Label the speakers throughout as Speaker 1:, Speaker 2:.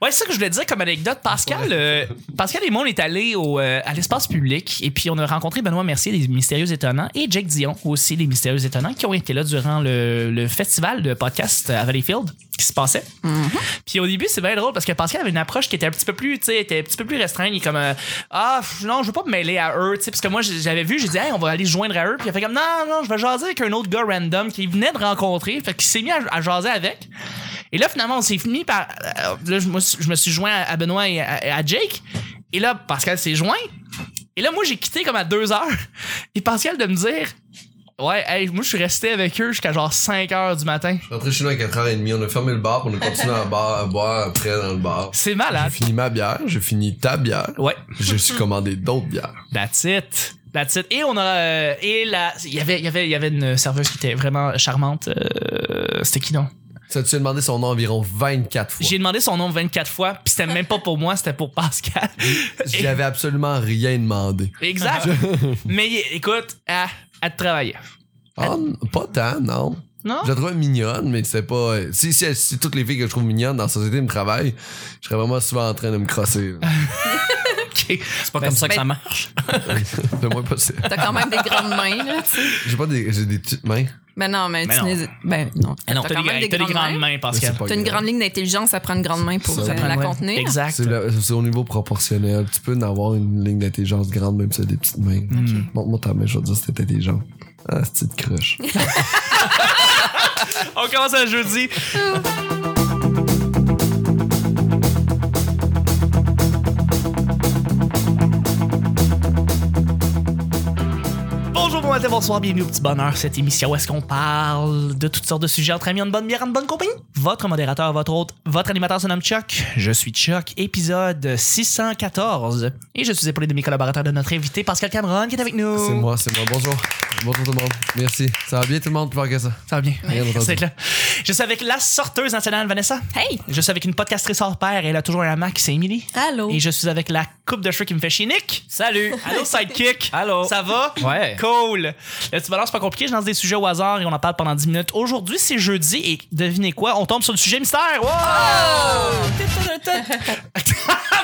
Speaker 1: Ouais, c'est ça que je voulais dire comme anecdote. Pascal, euh, Pascal et moi, on est allés au, euh, à l'espace public et puis on a rencontré Benoît Mercier des Mystérieux Étonnants et Jake Dion aussi des Mystérieux Étonnants qui ont été là durant le, le festival de podcast à Valleyfield qui se passait. Puis au début, c'est bien drôle parce que Pascal avait une approche qui était un petit peu plus, tu sais, était un petit peu plus restreinte. Il est comme, euh, ah, pff, non, je veux pas me mêler à eux, tu sais, parce que moi, j- j'avais vu, j'ai dit, hey, on va aller se joindre à eux. Puis il a fait comme, non, non, je vais jaser avec un autre gars random qui venait de rencontrer, fait qu'il s'est mis à, à jaser avec. Et là, finalement, on s'est fini par. euh, Là, je me, suis- je me suis joint à à Benoît et à, à Jake. Et là, Pascal s'est joint. Et là, moi, j'ai quitté comme à deux heures. Et Pascal de me dire. Ouais, hey, moi je suis resté avec eux jusqu'à genre 5 heures du matin.
Speaker 2: Après chez nous à 4h30, on a fermé le bar, puis on a continué à, bar- à boire après dans le bar.
Speaker 1: C'est
Speaker 2: J'ai
Speaker 1: malade.
Speaker 2: fini ma bière, j'ai fini ta bière,
Speaker 1: Ouais.
Speaker 2: je suis commandé d'autres bières.
Speaker 1: That's it. That's it. Et on a euh, et la il y avait il y avait il y avait une serveuse qui était vraiment charmante. Euh, c'était qui donc
Speaker 2: Ça tu as demandé son nom environ 24 fois.
Speaker 1: J'ai demandé son nom 24 fois, puis c'était même pas pour moi, c'était pour Pascal.
Speaker 2: J'y avais absolument rien demandé.
Speaker 1: exact. Mais écoute, à à te travailler.
Speaker 2: Ah, n- pas tant, non.
Speaker 1: Non
Speaker 2: Je la trouvais mignonne, mais c'est pas. Si, si, si toutes les filles que je trouve mignonnes dans la société me travaillent, je serais vraiment souvent en train de me crosser. là.
Speaker 1: OK.
Speaker 3: C'est pas
Speaker 1: Ben,
Speaker 3: comme ça
Speaker 1: ben-
Speaker 3: que ça marche.
Speaker 2: le moins possible.
Speaker 4: T'as quand même des grandes mains, là, tu sais.
Speaker 2: J'ai pas des. J'ai des petites mains.
Speaker 4: Mais non, mais,
Speaker 3: Mais
Speaker 4: tu
Speaker 3: non.
Speaker 4: n'hésites. Ben non.
Speaker 3: Mais non,
Speaker 1: Ah T'as
Speaker 4: quand même
Speaker 1: des,
Speaker 4: des
Speaker 1: t'as des
Speaker 4: grandes
Speaker 1: grandes
Speaker 4: mains.
Speaker 1: main,
Speaker 2: mais c'est
Speaker 1: Pascal.
Speaker 2: pas
Speaker 4: T'as une
Speaker 2: grave.
Speaker 4: grande ligne d'intelligence, ça prend une grande main pour
Speaker 2: Ça
Speaker 4: euh,
Speaker 2: prend,
Speaker 4: la
Speaker 1: Ouais.
Speaker 4: contenir.
Speaker 1: Exact.
Speaker 2: C'est la- c'est au niveau proportionnel. Tu peux en avoir une ligne d'intelligence grande, même si t'as des petites mains. Montre-moi ta main, je vais te dire si t'es intelligent. Ah, c'est petite cruche.
Speaker 1: On commence à jeudi. Bonjour, bon matin, bonsoir, bienvenue au Petit Bonheur, cette émission où est-ce qu'on parle de toutes sortes de sujets entre amis, en bonne bière, en bonne compagnie. Votre modérateur, votre hôte, votre animateur se nomme Chuck. Je suis Chuck, épisode 614. Et je suis épaulé de mes collaborateurs de notre invité, Pascal Cameron, qui est avec nous.
Speaker 2: c'est moi, c'est moi. Bonjour. Bonjour tout le monde. Merci. Ça va bien tout le monde, plus fort que ça.
Speaker 1: Ça va bien.
Speaker 2: Rien entendu.
Speaker 1: C'est clair. Je suis avec la sorteuse nationale, Vanessa.
Speaker 4: Hey!
Speaker 1: Je suis avec une podcastrice hors pair, elle a toujours un hamac, c'est Emily.
Speaker 4: Allô?
Speaker 1: Et je suis avec la coupe de cheveux qui me fait chier, Nick.
Speaker 3: Salut!
Speaker 1: Allô, sidekick.
Speaker 3: Allô.
Speaker 1: Ça va?
Speaker 3: Ouais.
Speaker 1: Cool. Le petit balance, c'est pas compliqué. Je lance des sujets au hasard et on en parle pendant 10 minutes. Aujourd'hui, c'est jeudi et devinez quoi? On tombe sur le sujet mystère. Wow!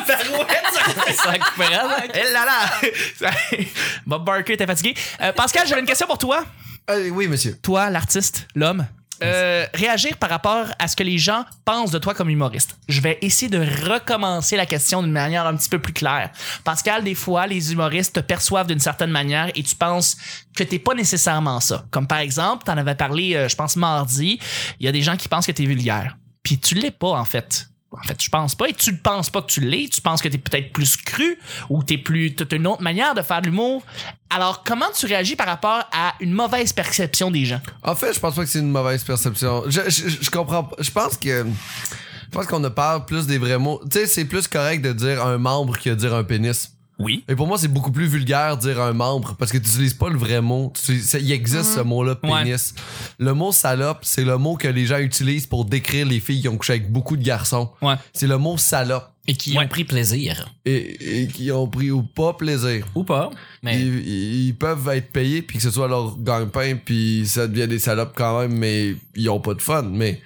Speaker 1: Barouette, ça-
Speaker 3: Ben Ça récupère, là.
Speaker 1: Eh là là! Bob Barker était fatigué. Euh, Pascal, j'avais une question pour toi
Speaker 2: Allez, Euh, oui, monsieur.
Speaker 1: toi, l'artiste, l'homme, euh, réagir par rapport à ce que les gens pensent de toi comme humoriste. Je vais essayer de recommencer la question d'une manière un petit peu plus claire. Pascal, des fois, les humoristes te perçoivent d'une certaine manière et tu penses que t'es pas nécessairement ça. Comme par exemple, t'en avais parlé, euh, je pense, mardi, il y a des gens qui pensent que t'es vulgaire. Puis tu l'es pas, en fait. En fait, je pense pas et tu ne penses pas que tu l'es. Tu penses que t'es peut-être plus cru ou t'es plus, t'as une autre manière de faire de l'humour. Alors, comment tu réagis par rapport à une mauvaise perception des gens?
Speaker 2: En fait, je pense pas que c'est une mauvaise perception. Je, je, je- je comprends pas. Je pense que. Je pense qu'on ne parle plus des vrais mots. Tu sais, c'est plus correct de dire un membre que de dire un pénis.
Speaker 3: Oui.
Speaker 2: Et pour moi, c'est beaucoup plus vulgaire dire un membre parce que tu n'utilises pas le vrai mot. Tu- ça- il existe ce mot-là, pénis. Le mot salope, c'est le mot que les gens utilisent pour décrire les filles qui ont couché avec beaucoup de garçons.
Speaker 1: Ouais.
Speaker 2: C'est le mot salope.
Speaker 3: Et qui
Speaker 1: Ouais.
Speaker 3: ont pris plaisir.
Speaker 2: Et, et qui ont pris ou pas plaisir.
Speaker 3: Ou pas. Mais
Speaker 2: Ils, ils- ils peuvent être payés puis que ce soit leur gagne-pain puis ça devient des salopes quand même, mais ils ont pas de fun. Mais,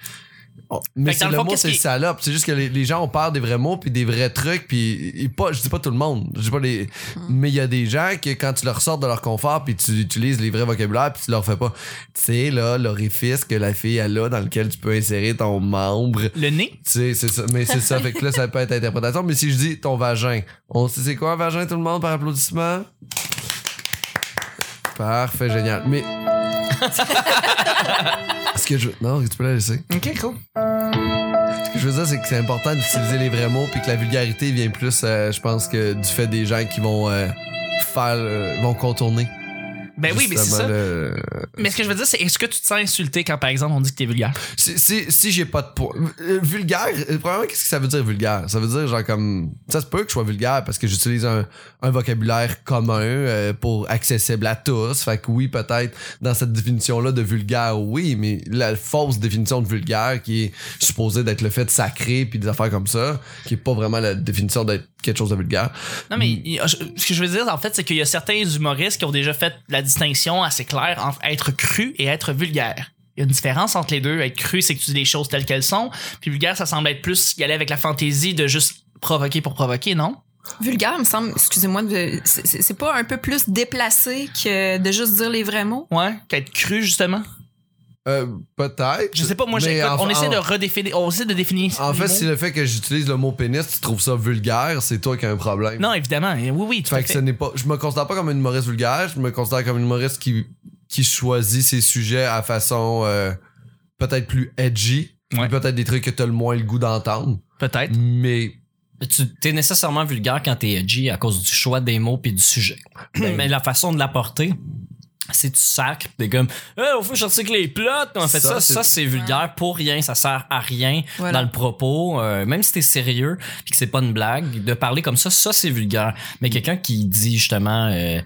Speaker 2: oh, mais
Speaker 1: Fait que
Speaker 2: c'est
Speaker 1: dans le
Speaker 2: le
Speaker 1: fond,
Speaker 2: mot,
Speaker 1: qu'est-ce
Speaker 2: c'est
Speaker 1: qui-
Speaker 2: salope. C'est juste que les, les gens ont peur des vrais mots puis des vrais trucs puis ils- pas, je dis pas tout le monde, je dis pas les,
Speaker 1: Hmm.
Speaker 2: mais il y a des gens que quand tu leur sors de leur confort puis tu utilises les vrais vocabulaires puis tu leur fais pas, tu sais là l'orifice que la fille elle a dans lequel tu peux insérer ton membre
Speaker 1: Le nez?
Speaker 2: tu sais, c'est ça. Mais c'est ça. fait que là, ça peut être interprétation. Mais si je dis ton vagin, on sait c'est quoi un vagin, tout le monde, par applaudissement? Parfait, génial. Mais. Ce que je. Non, tu peux la laisser.
Speaker 1: Ok, cool.
Speaker 2: Ce que je veux dire, c'est que c'est important d'utiliser les vrais mots, puis que la vulgarité vient plus, euh, je pense, que du fait des gens qui vont euh, faire. euh, vont contourner.
Speaker 1: Ben oui, mais c'est
Speaker 2: justement
Speaker 1: ça.
Speaker 2: le-
Speaker 1: Mais ce que je veux dire, c'est est-ce que tu te sens insulté quand, par exemple, on dit que t'es vulgaire?
Speaker 2: Si, si, si j'ai pas de points. Euh, Vulgaire, euh, premièrement, qu'est-ce que ça veut dire vulgaire? Ça veut dire genre comme. Ça se peut que je sois vulgaire parce que j'utilise un, un vocabulaire commun euh, pour accessible à tous. Fait que oui, peut-être dans cette définition-là de vulgaire, oui, mais la fausse définition de vulgaire qui est supposée d'être le fait de sacré puis des affaires comme ça, qui est pas vraiment la définition d'être quelque chose de vulgaire.
Speaker 1: Non, mais
Speaker 2: Hmm.
Speaker 1: il y a- je- ce que je veux dire, en fait, c'est qu'il y a certains humoristes qui ont déjà fait la distinction assez claire entre être cru et être vulgaire. Il y a une différence entre les deux. Être cru, c'est que tu dis les choses telles qu'elles sont. Puis vulgaire, ça semble être plus y aller avec la fantaisie de juste provoquer pour provoquer, non?
Speaker 4: Vulgaire, il me semble, excusez-moi, de- c'est- c'est c'est pas un peu plus déplacé que de juste dire les vrais mots?
Speaker 1: Ouais, peut-être cru, justement.
Speaker 2: Euh, Peut-être.
Speaker 1: Je sais pas, moi,
Speaker 2: Mais
Speaker 1: j'écoute,
Speaker 2: en-
Speaker 1: on essaie
Speaker 2: en-
Speaker 1: de redéfinir. On essaie de définir.
Speaker 2: En
Speaker 1: les
Speaker 2: fait,
Speaker 1: mots.
Speaker 2: si le fait que j'utilise le mot pénis, tu trouves ça vulgaire, c'est toi qui as un problème.
Speaker 1: Non, évidemment. eh, Oui, oui. tout à
Speaker 2: Fait que
Speaker 1: fait.
Speaker 2: ce n'est pas. Je me considère pas comme un humoriste vulgaire, je me considère comme un humoriste qui, qui choisit ses sujets à façon euh, peut-être plus edgy.
Speaker 1: Ouais.
Speaker 2: puis Peut-être des trucs que t'as le moins le goût d'entendre.
Speaker 1: Peut-être.
Speaker 2: Mais
Speaker 3: Tu t'es nécessairement vulgaire quand t'es edgy à cause du choix des mots puis du sujet. Mais la façon de l'apporter, c'est tu sacres pis t'es comme, eh, au fond, je sorti que les plots, on fait
Speaker 2: Ça,
Speaker 3: ça,
Speaker 2: c'est-
Speaker 3: ça, c'est vulgaire pour rien, ça sert à rien
Speaker 4: Voilà.
Speaker 3: dans le propos, Euh, même si t'es sérieux puis que c'est pas une blague, de parler comme ça, ça c'est vulgaire. Mais quelqu'un qui dit justement, euh,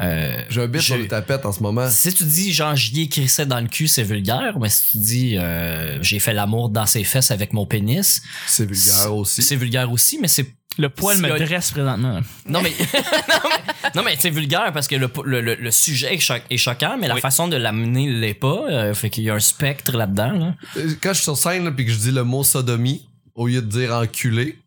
Speaker 3: euh,
Speaker 2: j'ai un bit
Speaker 3: J'ai-
Speaker 2: sur le tapette en ce moment.
Speaker 3: si tu dis genre j'y ai crissé dans le cul, c'est vulgaire, mais si tu dis euh, j'ai fait l'amour dans ses fesses avec mon pénis,
Speaker 2: C'est
Speaker 3: C'est-
Speaker 2: vulgaire aussi.
Speaker 3: c'est vulgaire aussi, mais c'est
Speaker 1: Le poil
Speaker 3: Si
Speaker 1: me
Speaker 3: y a-
Speaker 1: dresse présentement.
Speaker 3: non mais non, mais- non mais c'est vulgaire parce que le, le, le- le sujet est, choc- est choquant, mais la
Speaker 1: Oui.
Speaker 3: façon de l'amener l'est pas, euh, fait qu'il y a un spectre là-dedans. là.
Speaker 2: Euh, Quand je suis sur scène là, puis que je dis le mot sodomie au lieu de dire enculé,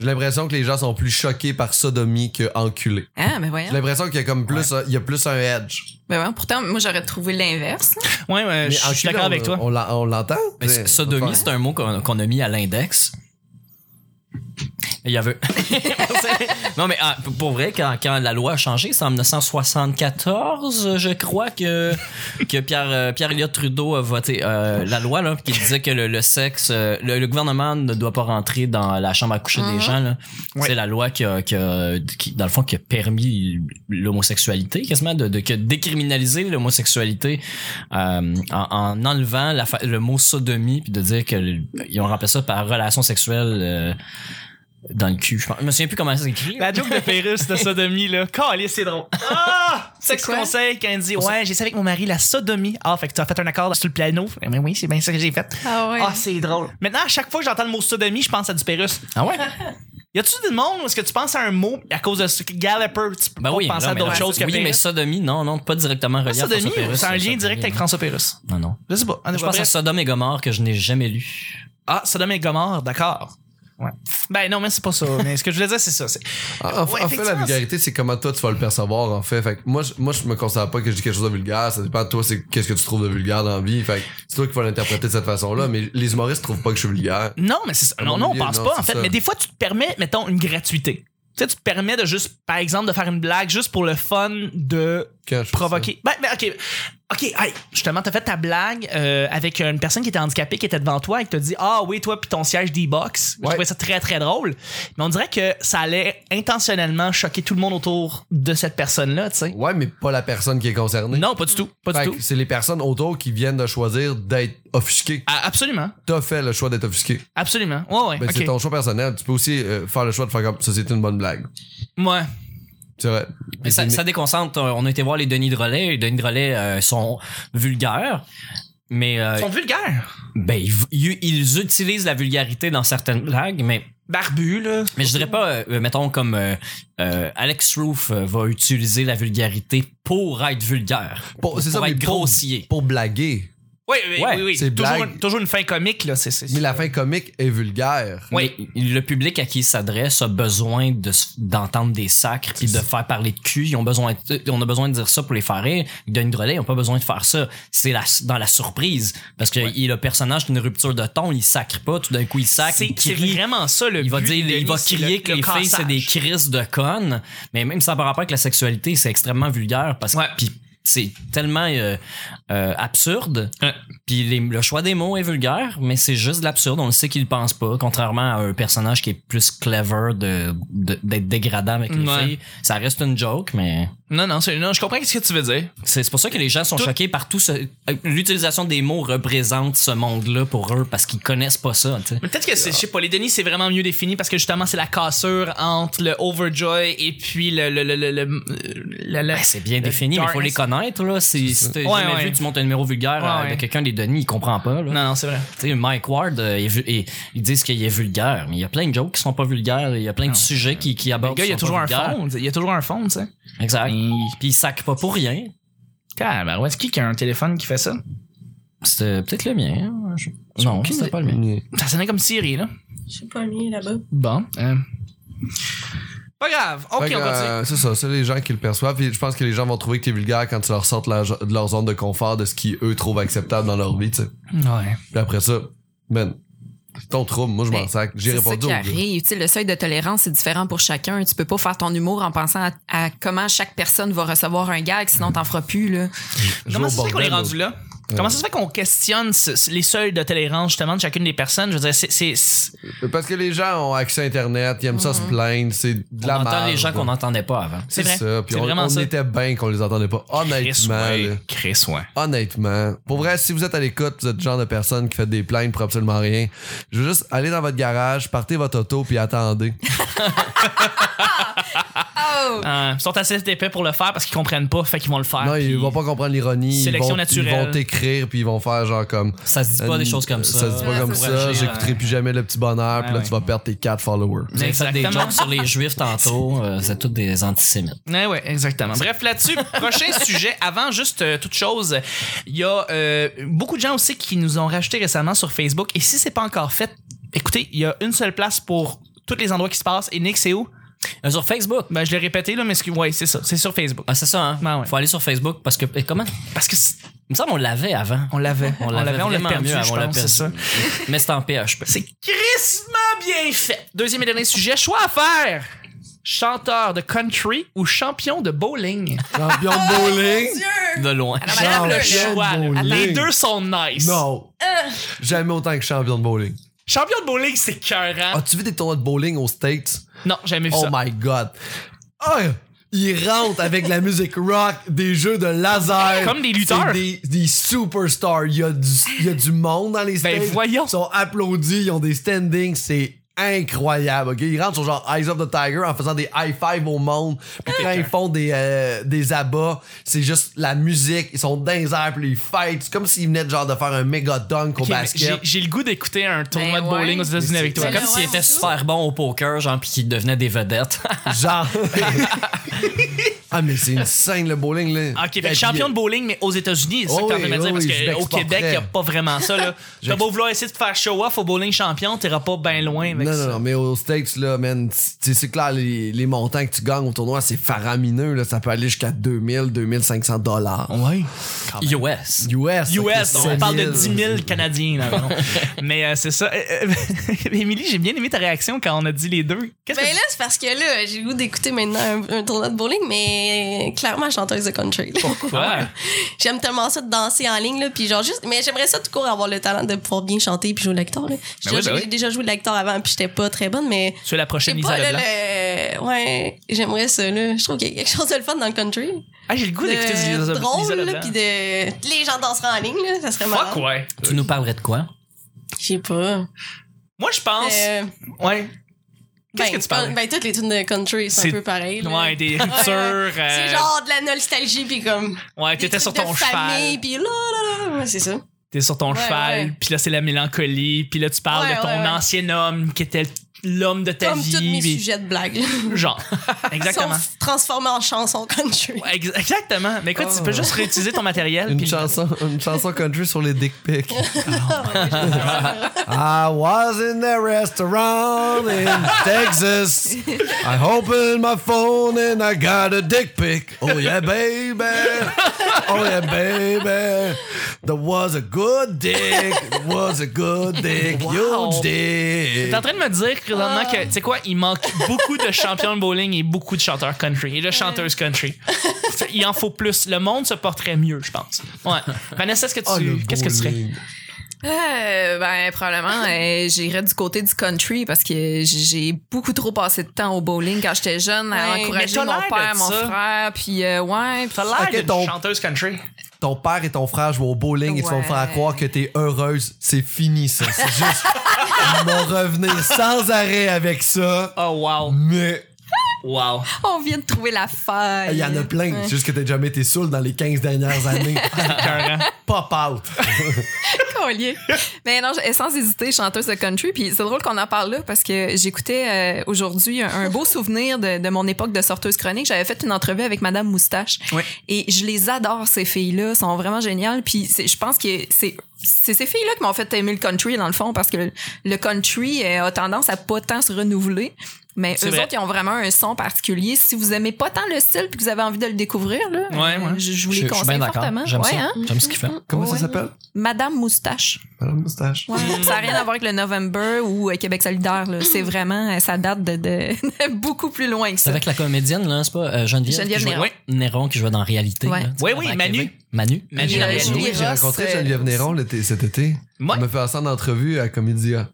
Speaker 2: j'ai l'impression que les gens sont plus choqués par sodomie que enculé.
Speaker 4: Ah, ben
Speaker 2: J'ai
Speaker 4: voyons.
Speaker 2: l'impression qu'il y a comme plus, un- il y a plus un edge.
Speaker 4: Ben voyons. Pourtant, moi, j'aurais trouvé l'inverse. là.
Speaker 1: Ouais, ouais, Euh, je je
Speaker 2: enculé,
Speaker 1: suis d'accord
Speaker 2: on-
Speaker 1: avec toi.
Speaker 2: On, l'a- on l'entend.
Speaker 3: Mais
Speaker 2: C'est-
Speaker 3: sodomie, c'est un mot qu'on qu'on a mis à l'index. Il y avait. non, mais ah, pour vrai, quand, quand la loi a changé, c'est en 1974, je crois, que, que Pierre, euh, Pierre-Éliott Trudeau a voté euh, la loi là, qui disait que le, le sexe, euh, le, le gouvernement ne doit pas rentrer dans la chambre à coucher des
Speaker 4: Mhm.
Speaker 3: gens. là.
Speaker 1: Ouais.
Speaker 3: C'est la loi qui, a, qui a- qui, dans le fond, qui a permis l'homosexualité, quasiment, de, de, que décriminaliser l'homosexualité euh, en, en enlevant la fa- le mot sodomie puis de dire que le- ils ont remplacé ça par relation sexuelle euh, dans le cul. Je, pense- je me souviens plus comment c'est écrit.
Speaker 1: La joke de Pérus de sodomie, là. Calé, c'est drôle. Ah!
Speaker 4: C'est
Speaker 1: Sexe
Speaker 4: quoi?
Speaker 1: conseil quand elle dit Ouais, j'ai ça avec mon mari, la sodomie. Ah, fait que tu as fait un accord sur le piano. Eh ben oui, c'est bien ça que j'ai fait.
Speaker 4: Ah ouais.
Speaker 1: Ah, c'est drôle. Maintenant, à chaque fois que j'entends le mot sodomie, je pense à du Pérus.
Speaker 3: Ah ouais?
Speaker 1: Y a-tu du monde où est-ce que tu penses à un mot à cause de ce Galloper? Tu peux
Speaker 3: Ben
Speaker 1: pas
Speaker 3: oui.
Speaker 1: penser
Speaker 3: non,
Speaker 1: à
Speaker 3: mais
Speaker 1: d'autres
Speaker 3: non,
Speaker 1: choses que
Speaker 3: Oui, mais
Speaker 1: Pérus.
Speaker 3: sodomie, non, non, pas directement relié à
Speaker 1: sodomie,
Speaker 3: François Pérus,
Speaker 1: c'est un lien
Speaker 3: Ah, sodomie,
Speaker 1: direct avec
Speaker 3: non.
Speaker 1: François Pérus.
Speaker 3: Non, Ah, non.
Speaker 1: Je sais pas. En tout
Speaker 3: Je
Speaker 1: cas,
Speaker 3: pense à
Speaker 1: bref.
Speaker 3: Sodome et Gomorre que je n'ai jamais lu.
Speaker 1: Ah, Sodome et Gomorre, d'accord. Ouais. Ben non, mais c'est pas ça. mais ce que je voulais dire, c'est ça. c'est-
Speaker 2: En, en-
Speaker 1: Ouais,
Speaker 2: en fait, la
Speaker 1: effectivement,
Speaker 2: vulgarité, c'est comment toi tu vas le percevoir, en fait. Fait que moi, je, moi, je me considère pas que je dis quelque chose de vulgaire. Ça dépend de toi, c'est qu'est-ce que tu trouves de vulgaire dans la vie. Fait que c'est toi qui vas l'interpréter de cette façon-là. Mais les humoristes trouvent pas que je suis vulgaire.
Speaker 1: Non, mais c'est ça.
Speaker 2: À
Speaker 1: Non,
Speaker 2: mon
Speaker 1: non, on
Speaker 2: milieu,
Speaker 1: pense
Speaker 2: non,
Speaker 1: pas, en
Speaker 2: c'est
Speaker 1: fait.
Speaker 2: ça.
Speaker 1: Mais des fois, tu te permets, mettons, une gratuité. Tu sais, tu te permets de juste, par exemple, de faire une blague juste pour le fun de
Speaker 2: Quand je fais ça.
Speaker 1: provoquer. Ben, ben, ok. Ok, hey, justement, t'as fait ta blague euh, avec une personne qui était handicapée, qui était devant toi et qui t'a dit Ah oui, toi, puis ton siège D-Box. Je
Speaker 2: Ouais.
Speaker 1: trouvais ça très, très drôle. Mais on dirait que ça allait intentionnellement choquer tout le monde autour de cette personne-là, tu sais.
Speaker 2: Ouais, mais pas la personne qui est concernée.
Speaker 1: Non, pas du tout. Pas
Speaker 2: Fait
Speaker 1: du
Speaker 2: que
Speaker 1: tout.
Speaker 2: c'est les personnes autour qui viennent de choisir d'être offusquées.
Speaker 1: Ah, absolument.
Speaker 2: T'as fait le choix d'être offusqué.
Speaker 1: Absolument. Ouais, ouais.
Speaker 2: Ben,
Speaker 1: ok.
Speaker 2: c'est ton choix personnel. Tu peux aussi euh, faire le choix de faire comme ça, c'était une bonne blague.
Speaker 1: Ouais.
Speaker 2: C'est vrai.
Speaker 3: Mais ça, ça déconcentre. euh, On a été voir les Denis de Relais. Les Denis de Relais euh, sont vulgaires. Mais euh,
Speaker 1: Ils sont vulgaires.
Speaker 3: ben, ils, ils- ils utilisent la vulgarité dans certaines blagues, mais
Speaker 1: Barbus, là.
Speaker 3: Mais je dirais pas, euh, mettons, comme euh, euh, Alex Roof euh, va utiliser la vulgarité pour être vulgaire.
Speaker 2: Pour- c'est ça,
Speaker 3: pour
Speaker 2: mais
Speaker 3: être
Speaker 2: pour-
Speaker 3: grossier.
Speaker 2: Pour blaguer.
Speaker 1: Oui, oui,
Speaker 3: Ouais,
Speaker 1: oui. oui.
Speaker 2: c'est
Speaker 1: Toujours,
Speaker 2: blague.
Speaker 1: une, toujours une fin comique, là. C'est, c'est-
Speaker 2: Mais la fin comique est vulgaire.
Speaker 1: Oui.
Speaker 3: Mais Le public à qui il s'adresse a besoin de s- d'entendre des sacres puis de faire parler de cul. Ils ont besoin de- on a besoin de dire ça pour les faire rire. Denis Drolet, ils n'ont pas besoin de faire ça. C'est la, dans la surprise. Parce que il- le personnage, c'est une rupture de ton. Il sacre pas. Tout d'un coup, il sacre.
Speaker 1: c'est,
Speaker 3: il
Speaker 1: c'est
Speaker 3: crie.
Speaker 1: vraiment ça, le
Speaker 3: il va
Speaker 1: but
Speaker 3: dire,
Speaker 1: de
Speaker 3: il va
Speaker 1: Denis, c'est
Speaker 3: crier
Speaker 1: le-
Speaker 3: que
Speaker 1: le
Speaker 3: les filles c'est
Speaker 1: cassage.
Speaker 3: des crises de connes, mais même ça par rapport avec la sexualité, c'est extrêmement vulgaire parce que
Speaker 1: Ouais.
Speaker 3: puis c'est tellement euh, euh, absurde.
Speaker 1: Ouais.
Speaker 3: Puis les- le choix des mots est vulgaire, mais c'est juste de l'absurde. On le sait qu'il pense pas, contrairement à un personnage qui est plus clever de de- d'être dégradant avec les
Speaker 1: Ouais.
Speaker 3: filles. Ça reste une joke, mais
Speaker 1: Non, non, c'est- non, je comprends ce que tu veux dire.
Speaker 3: c'est c'est pour ça que les gens sont
Speaker 1: Tout-
Speaker 3: choqués par tout ce. euh, L'utilisation des mots représente ce monde-là pour eux parce qu'ils connaissent pas ça. tu sais.
Speaker 1: Mais peut-être que c'est, je sais pas, les Denis, c'est vraiment mieux défini parce que justement, c'est la cassure entre le Overjoy et puis le. le, le, le, le- le- le-
Speaker 3: Ben, c'est bien
Speaker 1: le
Speaker 3: défini, mais il faut les
Speaker 1: darkness.
Speaker 3: connaître. Là. C'est- Si t'as
Speaker 1: Ouais,
Speaker 3: jamais
Speaker 1: ouais.
Speaker 3: vu, tu montes un numéro vulgaire
Speaker 1: Ouais,
Speaker 3: euh,
Speaker 1: ouais.
Speaker 3: de quelqu'un des Denis, il comprend pas. Là.
Speaker 1: Non, non, c'est vrai.
Speaker 3: Tu sais, Mike Ward, euh, il est vu- il- ils disent qu'il est vulgaire, mais il y a plein de jokes qui sont pas vulgaires. Il y a plein
Speaker 1: Non.
Speaker 3: de sujets qui, qui
Speaker 1: Le
Speaker 3: abordent.
Speaker 1: gars, il y a
Speaker 3: qui sont
Speaker 1: toujours
Speaker 3: pas
Speaker 1: un
Speaker 3: vulgaires.
Speaker 1: fond. Il y a toujours un fond, tu sais.
Speaker 3: Exact.
Speaker 1: Il-
Speaker 3: Puis il sac pas pour rien.
Speaker 1: Car, ben, ouais, c'est qui qui a un téléphone qui fait ça?
Speaker 3: C'était peut-être le mien. hein, je- Non,
Speaker 1: aucune
Speaker 3: c'était
Speaker 1: idée.
Speaker 3: pas le mien.
Speaker 1: Ça sonnait comme Siri, là.
Speaker 5: Je sais pas, lui, là-bas.
Speaker 1: Bon. euh, Pas grave. Ok,
Speaker 2: Fait que,
Speaker 1: on continue.
Speaker 2: euh, c'est ça, c'est les gens qui le perçoivent. Puis je pense que les gens vont trouver que t'es vulgaire quand tu leur sortes la- de leur zone de confort, de ce qui eux trouvent acceptable dans leur vie, tu sais.
Speaker 1: Ouais.
Speaker 2: Puis après ça, man, c'est ton trouble, moi je m'en
Speaker 4: Ben,
Speaker 2: sac. J'ai
Speaker 4: C'est ça
Speaker 2: répondu
Speaker 4: qui
Speaker 2: au
Speaker 4: arrive. Tu sais, le seuil de tolérance est différent pour chacun. Tu peux pas faire ton humour en pensant à, à comment chaque personne va recevoir un gag, sinon t'en feras plus. Là.
Speaker 2: je vais
Speaker 1: Comment
Speaker 2: au
Speaker 1: ça se fait qu'on est
Speaker 2: bordel,
Speaker 1: rendu là? Comment ça se fait qu'on questionne ce- ce- les seuils de tolérance, justement, de chacune des personnes? Je veux dire, c'est- c'est. c'est-
Speaker 2: Parce que les gens ont accès à Internet, ils aiment ça se plaindre, c'est de
Speaker 3: On
Speaker 2: la
Speaker 3: entend les
Speaker 2: marge.
Speaker 3: gens qu'on n'entendait pas avant.
Speaker 2: C'est
Speaker 1: Mm. C'est
Speaker 2: ça, puis
Speaker 1: C'est
Speaker 2: on,
Speaker 1: vraiment
Speaker 2: on
Speaker 1: ça.
Speaker 2: était bien qu'on les entendait pas.
Speaker 1: Chris,
Speaker 2: Honnêtement,
Speaker 1: ouais.
Speaker 2: là.
Speaker 1: Chris, ouais.
Speaker 2: honnêtement. Pour vrai, si vous êtes à l'écoute, vous êtes le genre de personne qui fait des plaintes pour absolument rien. Je veux juste aller dans votre garage, partez votre auto, puis attendez.
Speaker 4: Oh!
Speaker 1: Euh, ils sont assez épais pour le faire parce qu'ils comprennent pas, fait qu'ils vont le faire.
Speaker 2: non,
Speaker 1: puis-
Speaker 2: ils vont pas comprendre l'ironie. Ils
Speaker 1: Sélection
Speaker 2: vont, ils
Speaker 1: naturelle.
Speaker 2: vont t'écrire, puis ils vont faire genre comme. euh,
Speaker 3: Ça se dit pas des
Speaker 1: Euh,
Speaker 3: choses comme ça.
Speaker 2: Ça se dit pas
Speaker 4: Ouais,
Speaker 2: comme
Speaker 4: c'est
Speaker 2: ça,
Speaker 3: vrai.
Speaker 2: j'écouterai plus jamais le petit bonheur, puis
Speaker 1: Ouais,
Speaker 2: là,
Speaker 1: ouais.
Speaker 2: tu vas perdre tes 4 followers.
Speaker 3: Vous avez fait des
Speaker 1: Exactement.
Speaker 3: jokes sur les juifs tantôt. euh, c'est tous des antisémites.
Speaker 1: Ouais, ouais, exactement. Bref, là-dessus, prochain sujet. Avant, juste euh, toute chose, il y a euh, beaucoup de gens aussi qui nous ont rajouté récemment sur Facebook. Et si c'est pas encore fait, écoutez, il y a une seule place pour tous les endroits qui se passent. Et Nick, c'est où?
Speaker 3: Euh, sur Facebook.
Speaker 1: Ben, je l'ai répété, là, mais ce qui- ouais, c'est ça. C'est sur Facebook.
Speaker 3: Ah, c'est ça, hein?
Speaker 1: Ben ouais.
Speaker 3: Faut aller sur Facebook parce que. eh, comment?
Speaker 1: Parce que c'est-
Speaker 3: Il me semble qu'on l'avait avant.
Speaker 1: on l'avait. On l'avait, on l'a
Speaker 3: vraiment
Speaker 1: perdu,
Speaker 3: mieux
Speaker 1: je
Speaker 3: avant, on l'a
Speaker 1: pense, c'est
Speaker 3: perdu.
Speaker 1: ça.
Speaker 3: Mais c'est en PHP.
Speaker 1: C'est crissement bien fait. Deuxième et dernier sujet, choix à faire. Chanteur de country ou champion de bowling?
Speaker 2: Champion de bowling?
Speaker 3: De loin.
Speaker 2: ben,
Speaker 4: Madame
Speaker 1: Le
Speaker 4: Le
Speaker 1: choix,
Speaker 2: bowling.
Speaker 1: là. Les deux Euh. sont nice.
Speaker 2: Non! Jamais autant que champion de bowling.
Speaker 1: Champion de bowling, c'est cœurant.
Speaker 2: As-tu vu des tournois de bowling aux States?
Speaker 1: Non, j'ai jamais vu
Speaker 2: Ah. Oh
Speaker 1: ça.
Speaker 2: my god. Ah, ils rentrent avec la musique rock, des jeux de laser.
Speaker 1: Comme des lutteurs.
Speaker 2: C'est Des, des superstars. Il y, a du, il y a du monde dans les
Speaker 1: Ben,
Speaker 2: stages.
Speaker 1: voyons.
Speaker 2: Ils sont applaudis, ils ont des standings. C'est incroyable. ok? Ils rentrent sur genre Eyes of the Tiger en faisant des high five au monde. Puis
Speaker 1: Ah.
Speaker 2: quand ils font des, euh, des abats, c'est juste la musique. Ils sont dans les airs, puis ils fightent. C'est comme s'ils venaient de genre de faire un méga dunk au
Speaker 1: Ok, mais j'ai-
Speaker 2: basket.
Speaker 1: J'ai le goût d'écouter un tournoi
Speaker 4: Ben
Speaker 1: de bowling
Speaker 4: ouais.
Speaker 1: aux États-Unis avec toi.
Speaker 3: C'est
Speaker 5: Mais
Speaker 1: Comme
Speaker 3: comme
Speaker 5: ouais,
Speaker 1: si
Speaker 3: s'ils étaient
Speaker 5: c'est ça.
Speaker 3: super bons au poker, genre, puis qu'ils devenaient des vedettes.
Speaker 2: Genre. ah, mais c'est une scène le bowling, là.
Speaker 1: Ok, fait que champion de bowling, mais aux États-Unis, c'est ça que t'es en train de me
Speaker 2: Ben, Oh Oui,
Speaker 1: dire, parce
Speaker 2: oui, je
Speaker 1: qu'au
Speaker 2: m'exporterais.
Speaker 1: Québec, il a pas vraiment ça. là. T'as beau vouloir essayer de faire show-off au bowling champion, t'iras pas bien loin avec ça.
Speaker 2: Non, non, non, mais aux States, là, man, tu sais, c'est clair, les, les montants que tu gagnes au tournoi, c'est faramineux, là. Ça peut aller jusqu'à 2000, 2500 dollars.
Speaker 1: Ouais.
Speaker 3: US.
Speaker 2: US.
Speaker 1: US, on parle de 10
Speaker 2: 000.
Speaker 1: 000 Canadiens. là, non. mais euh, c'est ça. Euh, euh, Émilie, j'ai bien aimé ta réaction quand on a dit les deux. Qu'est-ce
Speaker 5: Ben
Speaker 1: que
Speaker 5: là, c'est parce que là, j'ai le goût d'écouter maintenant un, un tournoi de bowling, mais clairement, chanteuse de country. là.
Speaker 1: Oh. Ouais.
Speaker 5: J'aime tellement ça de danser en ligne, là, puis genre juste. Mais j'aimerais ça tout court avoir le talent de pouvoir bien chanter puis jouer le lecteur. là. J'ai
Speaker 1: Ben oui,
Speaker 5: déjà-
Speaker 1: ben oui.
Speaker 5: j'ai déjà joué le lecteur avant, puis j'étais pas très bonne, mais.
Speaker 1: Tu es la
Speaker 5: Je sais
Speaker 1: prochaine
Speaker 5: pas,
Speaker 1: Lisa
Speaker 5: là,
Speaker 1: Leblanc.
Speaker 5: le- Ouais, j'aimerais ça, là. Je trouve qu'il y a quelque chose de le fun dans le country.
Speaker 1: Ah, j'ai le goût
Speaker 5: De
Speaker 1: d'écouter Lisa Lisa
Speaker 5: drôle, là,
Speaker 1: Leblanc.
Speaker 5: puis de. Les gens danseraient en ligne, là, ça serait
Speaker 1: Fuck,
Speaker 5: marrant.
Speaker 1: ouais.
Speaker 3: Tu nous parlerais de quoi?
Speaker 5: Je sais pas.
Speaker 1: Moi, je pense.
Speaker 5: Euh,
Speaker 1: Ouais. Qu'est-ce
Speaker 5: ben,
Speaker 1: que tu parles?
Speaker 5: Ben, toutes les tunes de country, c'est
Speaker 1: C'est-
Speaker 5: un peu pareil. là.
Speaker 1: Ouais, des ruptures.
Speaker 5: ouais.
Speaker 1: euh,
Speaker 5: C'est genre de la nostalgie, puis comme.
Speaker 1: Ouais,
Speaker 5: des
Speaker 1: t'étais sur
Speaker 5: trucs
Speaker 1: ton
Speaker 5: de
Speaker 1: cheval.
Speaker 5: famille, puis là, là, là, ouais, c'est ça.
Speaker 1: T'es sur ton
Speaker 5: Ouais,
Speaker 1: cheval,
Speaker 5: ouais.
Speaker 1: puis là, c'est la mélancolie, puis là, tu parles
Speaker 5: Ouais,
Speaker 1: de ton
Speaker 5: ouais, ouais.
Speaker 1: ancien homme qui était l'homme de ta
Speaker 5: Comme
Speaker 1: vie.
Speaker 5: tous mes
Speaker 1: puis-
Speaker 5: sujets de blagues.
Speaker 1: Genre. Exactement.
Speaker 5: Sont transformés en chansons country.
Speaker 1: Ouais, ex- Exactement. Mais écoute, tu peux juste réutiliser ton matériel.
Speaker 2: Oh. Une
Speaker 1: puis-
Speaker 2: chanson, une chanson country sur les dick pics.
Speaker 5: Ah,
Speaker 2: I was in that restaurant in Texas. I opened my phone and I got a dick pic. Oh yeah, baby. Oh yeah, baby. There was a good dick. There was a good dick.
Speaker 1: Wow.
Speaker 2: Huge dick.
Speaker 1: T'es en train de me dire présentement
Speaker 3: Ah.
Speaker 1: que, tu sais quoi, il manque beaucoup de champions de bowling et beaucoup de chanteurs country et de chanteuses country. Ça, Il en faut plus. Le monde se porterait mieux, je pense. Ouais. Vanessa, est-ce que
Speaker 2: Oh, le
Speaker 1: tu. Qu'est-ce que tu serais?
Speaker 2: bowling.
Speaker 4: Euh, ben, probablement, euh, j'irais du côté du country parce que j'ai beaucoup trop passé de temps au bowling quand j'étais jeune à
Speaker 1: Ouais, mais
Speaker 4: encourager
Speaker 1: t'as
Speaker 4: mon
Speaker 1: l'air
Speaker 4: père,
Speaker 1: de
Speaker 4: mon
Speaker 1: ça.
Speaker 4: frère, puis euh, ouais. puis-
Speaker 1: T'as l'air
Speaker 2: Ok,
Speaker 1: d'une
Speaker 2: ton-
Speaker 1: chanteuse country.
Speaker 2: Ton père et ton frère jouent au bowling et tu vas me faire
Speaker 4: Ouais.
Speaker 2: croire que t'es heureuse. C'est fini, ça. C'est juste. Ils vont revenir sans arrêt avec ça.
Speaker 1: Oh, wow.
Speaker 2: Mais
Speaker 3: Wow.
Speaker 4: On vient de trouver la faille.
Speaker 2: Il y en a plein. C'est juste que t'as jamais été saoul dans les 15 dernières années.
Speaker 1: Écœurant.
Speaker 2: Pop out.
Speaker 4: Collier. Mais non, je- sans hésiter, chanteuse de country. Puis c'est drôle qu'on en parle là parce que j'écoutais euh, aujourd'hui un, un beau souvenir de, de mon époque de sorteuse chronique. J'avais fait une entrevue avec Madame Moustache.
Speaker 3: Oui.
Speaker 4: Et je les adore, ces filles-là. Elles sont vraiment géniales. Puis c'est- je pense que c'est. C'est ces filles-là qui m'ont fait aimer le country, dans le fond, parce que le, le country euh, a tendance à pas tant se renouveler. Mais
Speaker 1: C'est
Speaker 4: eux
Speaker 1: vrai.
Speaker 4: autres, ils ont vraiment un son particulier. Si vous aimez pas tant le style puis que vous avez envie de le découvrir, là,
Speaker 1: Ouais, ouais.
Speaker 4: Je, je vous
Speaker 3: Je- je
Speaker 4: les
Speaker 3: suis bien
Speaker 4: conseille
Speaker 3: d'accord.
Speaker 4: fortement.
Speaker 3: J'aime
Speaker 4: Ouais,
Speaker 3: ça.
Speaker 4: hein?
Speaker 3: J'aime ce qu'il fait.
Speaker 2: Comment
Speaker 4: Ouais.
Speaker 2: ça s'appelle?
Speaker 4: Madame Moustache.
Speaker 2: Madame Moustache.
Speaker 4: Ça n'a rien à voir avec le November ou euh, Québec solidaire. là. C'est vraiment, euh, ça date de, de- de beaucoup plus loin que
Speaker 3: C'est
Speaker 4: ça.
Speaker 3: avec la comédienne, là, c'est pas euh, Geneviève,
Speaker 4: Geneviève
Speaker 3: qui jouait-
Speaker 1: Néron.
Speaker 3: Oui, Néron qui jouait dans Réalité.
Speaker 4: Ouais.
Speaker 3: là, tu sais,
Speaker 1: Oui, oui,
Speaker 3: avant
Speaker 1: Manu.
Speaker 3: qu'elle- Manu.
Speaker 1: Manu
Speaker 3: Manu.
Speaker 1: Réal.
Speaker 4: Julie
Speaker 2: J'ai
Speaker 4: Ross,
Speaker 2: rencontré
Speaker 4: euh,
Speaker 2: Geneviève Néron l'été- cet été.
Speaker 1: Ouais.
Speaker 2: On m'a fait ensemble d'entrevue à Comédia.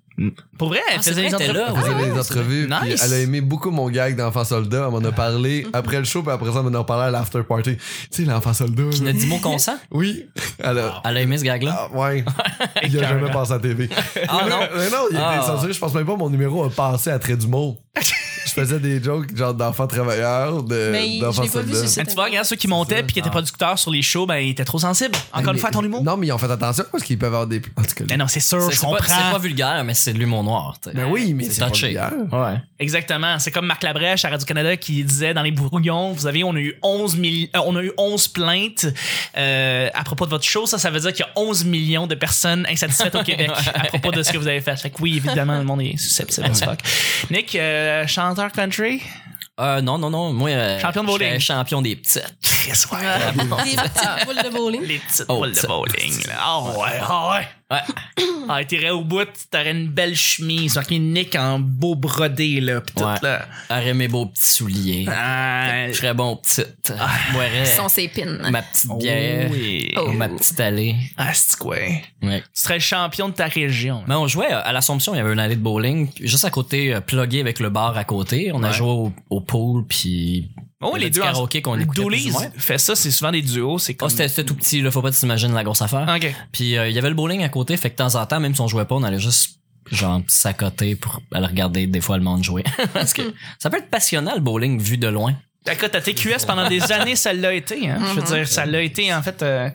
Speaker 1: Pour vrai, elle
Speaker 3: Ah, c'est
Speaker 1: faisait
Speaker 3: vrai,
Speaker 1: des
Speaker 3: t'es là,
Speaker 2: On
Speaker 1: entrevues.
Speaker 3: ouais.
Speaker 2: faisait des entrevues.
Speaker 1: vrai.
Speaker 2: puis
Speaker 1: Nice.
Speaker 2: Elle a aimé beaucoup mon gag d'Enfant Soldat. Elle m'en a parlé après le show, puis après ça, elle m'en a parlé à l'after party. Tu sais, l'Enfant Soldat.
Speaker 3: Qui
Speaker 2: là.
Speaker 3: n'a dit mot consent.
Speaker 2: Oui. Elle a.
Speaker 3: Elle a aimé ce gag-là.
Speaker 2: Ah, ouais. Il a jamais passé à la TV.
Speaker 3: Ah,
Speaker 2: Mais-
Speaker 3: non.
Speaker 2: mais non, il a été
Speaker 3: Ah.
Speaker 2: censuré. Je pense même pas que mon numéro a passé à trait d'humour. Je faisais des jokes genre d'enfants travailleurs, de-
Speaker 5: Mais je
Speaker 2: d'enfants
Speaker 5: l'ai pas vu
Speaker 2: soldats.
Speaker 5: sur
Speaker 1: Mais tu vois, regarde, ceux qui montaient puis qui étaient producteurs sur les shows, ben, ils étaient trop sensibles. Encore une
Speaker 2: Ah. Mais-
Speaker 1: fois, à ton humour.
Speaker 2: Non, mais ils ont fait attention parce qu'ils peuvent avoir des. En tout cas,
Speaker 1: Mais non, c'est sûr,
Speaker 3: C'est
Speaker 1: je
Speaker 3: c'est pas, c'est pas
Speaker 1: comprends.
Speaker 3: vulgaire, mais c'est de l'humour noir. tu sais.
Speaker 2: Ben oui, mais c'est pas
Speaker 3: touché.
Speaker 2: vulgaire.
Speaker 3: Ouais.
Speaker 1: Exactement. C'est comme Marc Labrèche à Radio-Canada qui disait dans les brouillons, vous savez, on a eu 11, mille- euh, on a eu 11 plaintes euh, à propos de votre show. Ça, ça veut dire qu'il y a 11 millions de personnes insatisfaites au Québec à propos de ce que vous avez fait. Fait que oui, évidemment, le monde est susceptible as fuck. Nick, euh, chanteur country,
Speaker 3: Euh, non, non, non. Moi, euh,
Speaker 1: Champion de
Speaker 3: j'étais
Speaker 1: bowling.
Speaker 3: champion des petites.
Speaker 1: Chris, ouais.
Speaker 5: Des petites boules de bowling.
Speaker 1: Les petites
Speaker 3: Oh,
Speaker 1: boules de
Speaker 3: ça.
Speaker 1: bowling. là. Ah ouais, ah ouais.
Speaker 3: Ouais.
Speaker 1: Ah, t'irais au bout, t'aurais une belle chemise, marqué Nick en beau brodé, là, pis tout,
Speaker 3: Ouais.
Speaker 1: là.
Speaker 3: J'aurais mes beaux petits souliers.
Speaker 1: Ah,
Speaker 3: Très bon petite. Boirais
Speaker 4: Ils sont ses pins.
Speaker 3: ma petite bière.
Speaker 1: Oh, oui.
Speaker 4: Oh.
Speaker 3: Ma petite allée.
Speaker 1: Ah, c'est quoi?
Speaker 3: Ouais.
Speaker 1: Tu serais le champion de ta région.
Speaker 3: Mais on jouait euh, à l'Assomption, il y avait une allée de bowling juste à côté, euh, pluguée avec le bar à côté. On a
Speaker 1: Ouais.
Speaker 3: joué au, au pool, puis.
Speaker 1: Oh,
Speaker 3: il y avait
Speaker 1: les
Speaker 3: du
Speaker 1: duos.
Speaker 3: karaoké qu'on
Speaker 1: Le Oh,
Speaker 3: écoutait. plus
Speaker 1: Doolies
Speaker 3: ou moins.
Speaker 1: fait ça, c'est souvent des duos, c'est
Speaker 3: Ah,
Speaker 1: comme...
Speaker 3: c'était c'était tout petit, là, faut pas que t'imagines la grosse affaire.
Speaker 1: Ok.
Speaker 3: Puis euh, il y avait le bowling à côté, fait que de temps en temps, même si on jouait pas, on allait juste genre s'accoter pour aller regarder des fois le monde jouer. Parce que ça peut être passionnant le bowling vu de loin.
Speaker 1: D'accord, ta TQS pendant des années, ça l'a été, hein. Je veux dire, ça l'a été, en fait... euh,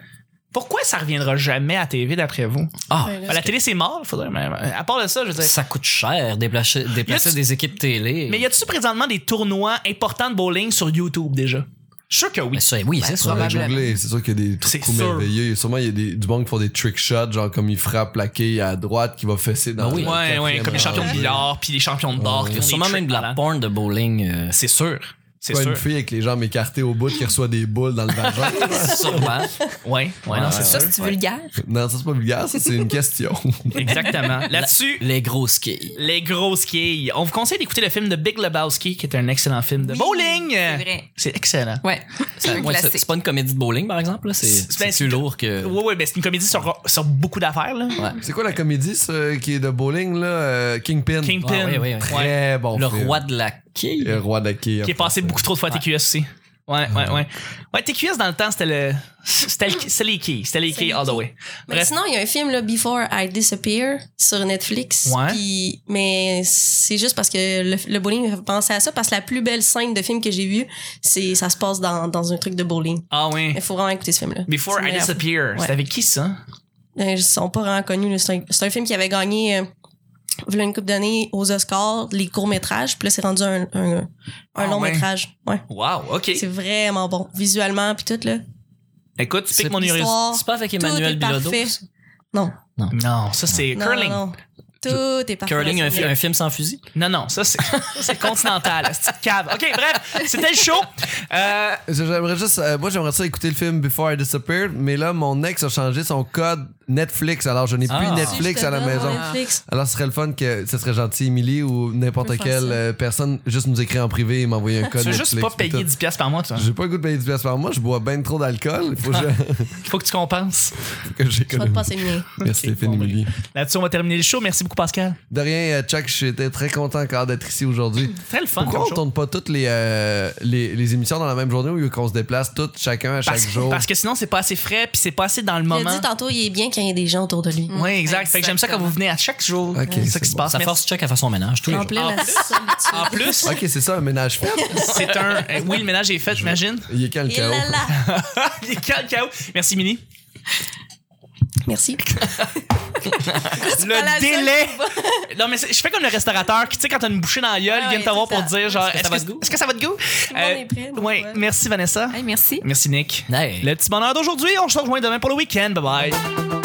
Speaker 1: Pourquoi ça reviendra jamais à TV, d'après vous?
Speaker 3: Ah,
Speaker 5: Ouais, là,
Speaker 1: À la télé, c'est mort, faudrait même... euh, À part de ça, je veux dire...
Speaker 3: ça coûte cher déplacer, déplacer
Speaker 1: Y a-tu-
Speaker 3: des équipes télé.
Speaker 1: Mais y a-tu présentement des tournois importants de bowling sur YouTube déjà? Je suis sûr que oui.
Speaker 3: Mais ça, oui, c'est
Speaker 2: Ça,
Speaker 3: ça.
Speaker 2: on a
Speaker 4: Probablement.
Speaker 2: jonglé. C'est sûr qu'il y a des
Speaker 1: C'est
Speaker 2: trucs coups
Speaker 1: sûr.
Speaker 2: merveilleux. Sûrement, il y a des, du monde qui font des trick shots, genre comme il frappe la quille à droite, qui va fesser dans
Speaker 3: Ben oui.
Speaker 2: le
Speaker 1: Ouais, ouais,
Speaker 2: quatrième
Speaker 1: comme les champions de
Speaker 2: rangée.
Speaker 1: billard, puis les champions de bord.
Speaker 3: Il
Speaker 1: qui
Speaker 3: y a
Speaker 1: font
Speaker 3: sûrement
Speaker 1: des
Speaker 3: même de la
Speaker 1: tricks
Speaker 3: porn de bowling. euh,
Speaker 1: C'est sûr. C'est
Speaker 2: Pas
Speaker 1: sûr.
Speaker 2: une fille avec les jambes écartées au bout qui reçoit des boules dans le vagin.
Speaker 3: sûrement.
Speaker 1: Ouais, ouais, non, c'est
Speaker 4: Ça,
Speaker 1: sûr.
Speaker 4: c'est vulgaire.
Speaker 2: non, ça c'est pas vulgaire, ça, c'est une question.
Speaker 1: Exactement. Là-dessus,
Speaker 3: Les gros skis.
Speaker 1: les grosses quilles. On vous conseille d'écouter le film de Big Lebowski, qui est un excellent film de
Speaker 4: Oui,
Speaker 1: bowling.
Speaker 4: c'est vrai.
Speaker 1: C'est excellent.
Speaker 4: Ouais.
Speaker 3: Ça-
Speaker 4: Un
Speaker 3: ouais, c'est
Speaker 4: classique.
Speaker 3: c'est pas une comédie de bowling, par exemple. là, C'est
Speaker 1: C'est-
Speaker 3: c'est
Speaker 1: ben,
Speaker 3: plus lourd que.
Speaker 1: Ouais, ouais, ben c'est une comédie sur, sur beaucoup d'affaires, là.
Speaker 3: Ouais.
Speaker 2: c'est quoi la comédie ça, qui est de bowling, là euh, Kingpin.
Speaker 1: Kingpin.
Speaker 3: Ouais, ouais, ouais, ouais.
Speaker 1: Ouais.
Speaker 2: Très bon.
Speaker 3: Le
Speaker 2: film.
Speaker 3: roi de la quille.
Speaker 2: Le roi de la quille.
Speaker 1: Qui est passé beaucoup trop de fois à TQS aussi. Ouais, ouais, ouais. Ouais, TQS dans le temps, c'était le. C'était le- c'était les quilles. C'était les
Speaker 5: C'est
Speaker 1: quilles
Speaker 5: les
Speaker 1: all the way.
Speaker 5: Mais
Speaker 1: Bref.
Speaker 5: sinon, il y a un film, là, Before I Disappear, sur Netflix.
Speaker 1: Ouais.
Speaker 5: Puis- mais c'est juste parce que le, le bowling me fait penser à ça, parce que la plus belle scène de film que j'ai vue, c'est, ça se passe dans, dans un truc de bowling.
Speaker 1: Ah ouais.
Speaker 5: Il faut vraiment écouter ce film-là.
Speaker 1: Before
Speaker 5: C'est
Speaker 1: I
Speaker 5: meilleur.
Speaker 1: Disappear.
Speaker 5: Ouais.
Speaker 1: C'était avec qui ça?
Speaker 5: Euh, Ils sont pas vraiment connus. là. C'est un, c'est un film qui avait gagné, euh, voilà une coupe d'années aux Oscars, les courts-métrages. Puis là, c'est rendu un, un, un
Speaker 1: Ah ouais.
Speaker 5: long-métrage. Ouais.
Speaker 1: Wow, ok.
Speaker 5: C'est vraiment bon. Visuellement, puis tout, là.
Speaker 1: Écoute, tu
Speaker 3: C'est
Speaker 1: piques mon urus.
Speaker 5: L'histoire,
Speaker 3: C'est pas avec
Speaker 5: tout
Speaker 3: Emmanuel
Speaker 5: est
Speaker 3: Bilodeau.
Speaker 5: parfait.
Speaker 3: ça?
Speaker 5: Non.
Speaker 1: Non, ça c'est
Speaker 5: non,
Speaker 1: curling.
Speaker 5: non, non. Tout est parfait.
Speaker 3: Curling, un, fi-
Speaker 5: Ouais.
Speaker 3: un film sans fusil.
Speaker 1: Non, non, ça c'est c'est continental, la petite cave. OK, bref, c'était le show. Euh,
Speaker 2: Je- J'aimerais juste, euh, moi j'aimerais ça écouter le film Before I Disappeared, mais là mon ex a changé son code Netflix, alors je n'ai
Speaker 3: Ah.
Speaker 2: plus
Speaker 3: Si,
Speaker 2: Netflix à la
Speaker 5: Justement,
Speaker 2: maison.
Speaker 5: Netflix.
Speaker 2: Alors ce serait le fun que ce serait gentil Emily ou
Speaker 5: On
Speaker 2: n'importe
Speaker 5: peut faire
Speaker 2: quelle
Speaker 5: ça.
Speaker 2: euh, personne juste nous écrire en privé et m'envoyer un
Speaker 1: tu
Speaker 2: code
Speaker 1: veux
Speaker 2: Netflix.
Speaker 1: juste pas
Speaker 2: puis
Speaker 1: payer
Speaker 2: tout.
Speaker 1: 10$ par mois, toi.
Speaker 2: J'ai pas le goût de payer 10$ par mois, je bois ben trop d'alcool. Il faut que je-
Speaker 1: Il faut que tu compenses.
Speaker 2: que
Speaker 5: Je vais te
Speaker 2: j'économise.
Speaker 5: passer le mien.
Speaker 2: Merci
Speaker 1: Ok,
Speaker 2: Stéphane
Speaker 1: bon, ben,
Speaker 2: Emily.
Speaker 1: Là-dessus, on va terminer le show. Merci beaucoup. beaucoup, Pascal.
Speaker 2: De rien, euh, Chuck, j'étais très content encore d'être ici aujourd'hui.
Speaker 1: Très le fun.
Speaker 2: Pourquoi
Speaker 1: comme
Speaker 2: on
Speaker 1: show.
Speaker 2: tourne pas toutes les, euh, les, les émissions dans la même journée ou qu'on se déplace toutes, chacun à chaque
Speaker 1: parce,
Speaker 2: jour?
Speaker 1: parce que sinon, c'est pas assez frais puis c'est pas assez dans le
Speaker 5: Il a
Speaker 1: moment.
Speaker 5: dit tantôt, il est bien quand il y a des gens autour de lui.
Speaker 1: Oui, exact. Fait que j'aime ça quand vous venez à chaque jour.
Speaker 2: Ok,
Speaker 1: c'est ça qui
Speaker 2: c'est
Speaker 1: se passe.
Speaker 3: Ça
Speaker 1: Merci.
Speaker 3: force Chuck à faire son ménage tous les
Speaker 5: En
Speaker 3: jours.
Speaker 5: plein
Speaker 1: En
Speaker 5: la
Speaker 1: plus- En
Speaker 5: solitude.
Speaker 1: plus,
Speaker 2: Ok, c'est ça, un ménage fait.
Speaker 1: c'est un. euh, Oui, le ménage est fait, j'imagine.
Speaker 2: Il est quand le
Speaker 5: Et
Speaker 2: chaos?
Speaker 5: là là.
Speaker 1: Il est calme, chaos. Merci, Mini.
Speaker 5: Merci.
Speaker 1: Le délai. Non, mais c'est- je fais comme le restaurateur qui, tu sais, quand t'as une bouchée dans la gueule,
Speaker 5: Ah
Speaker 1: il vient
Speaker 5: ouais,
Speaker 1: te voir
Speaker 5: c'est
Speaker 1: pour
Speaker 5: ça.
Speaker 1: dire genre,
Speaker 3: Est-ce que ça va de goût?
Speaker 1: est-ce que ça va de goût? Euh,
Speaker 5: le monde est prêt, moi,
Speaker 1: ouais.
Speaker 5: ouais.
Speaker 1: merci Vanessa.
Speaker 4: Hey, merci.
Speaker 1: Merci Nick.
Speaker 3: Hey.
Speaker 1: Le petit bonheur d'aujourd'hui, on se rejoint demain pour le week-end. Bye bye.